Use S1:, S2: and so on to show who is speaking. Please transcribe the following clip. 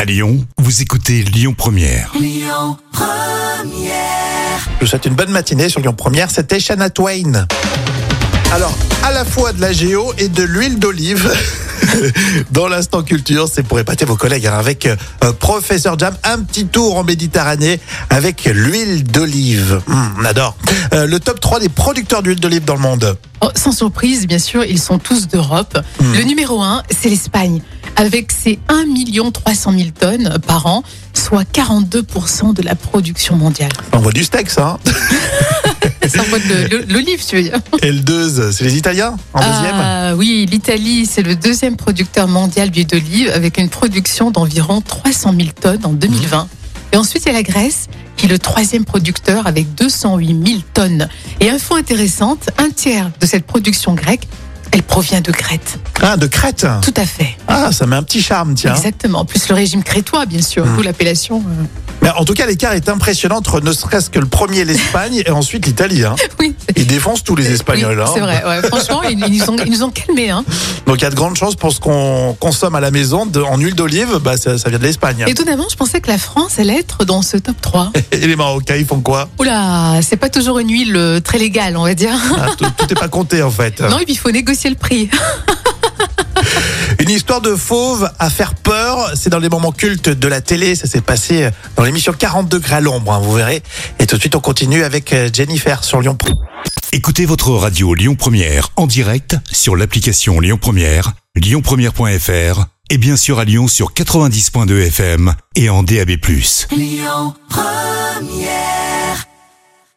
S1: À Lyon, vous écoutez Lyon Première.
S2: Je vous souhaite une bonne matinée sur Lyon Première. C'était Shana Twain. Alors, à la fois de la géo et de l'huile d'olive. Dans l'instant culture, c'est pour épater vos collègues hein, avec euh, Professeur Jam. Un petit tour en Méditerranée avec l'huile d'olive. Hum, on adore. Euh, le top 3 des producteurs d'huile d'olive dans le monde.
S3: Oh, sans surprise, bien sûr, ils sont tous d'Europe.
S2: Hmm.
S3: Le numéro un, c'est l'Espagne, avec ses 1 300 000 tonnes par an, soit 42% de la production mondiale.
S2: On voit du steak, ça. hein.
S3: Ça envoie de l'o- l'olive, tu veux dire
S2: Et le 2, hein. c'est les Italiens en deuxième.
S3: Ah, Oui, l'Italie, c'est le deuxième producteur mondial d'huile d'olive, avec une production d'environ 300 000 tonnes en 2020. Et ensuite, il y a la Grèce, qui est le troisième producteur avec 208 000 tonnes. Et info intéressante, un tiers de cette production grecque, elle provient de Crète.
S2: Ah, de Crète.
S3: Tout à fait.
S2: Ah, ça met un petit charme, tiens.
S3: Exactement. Plus le régime crétois, bien sûr,
S2: Mm.
S3: d'où l'appellation. euh,
S2: Mais en tout cas, l'écart est impressionnant entre ne serait-ce que le premier, l'Espagne, et ensuite l'Italie. hein.
S3: Oui.
S2: Ils défoncent tous les Espagnols.
S3: Euh, Oui,
S2: hein.
S3: C'est vrai. ouais. Franchement, ils, ils nous ont, ils nous ont calmés. hein.
S2: Donc il y a de grandes chances pour ce qu'on consomme à la maison de- en huile d'olive, bah, ça, ça vient de l'Espagne.
S3: Étonnamment, je pensais que la France allait être dans ce top 3.
S2: Et, les Marocains, ils font quoi
S3: Oula, c'est pas toujours une huile euh, très légale, on va dire.
S2: Ah, tout, tout est pas compté en fait.
S3: Non, et puis il faut négocier le prix.
S2: Une histoire de fauve à faire peur, c'est dans les moments cultes de la télé, ça s'est passé dans l'émission 40 degrés à l'ombre, hein, vous verrez. Et tout de suite on continue avec euh, Jennifer sur Lyon.
S1: Écoutez votre radio Lyon Première en direct sur l'application Lyon Première, lyonpremière.fr et bien sûr à Lyon sur 90.2 FM et en DAB+.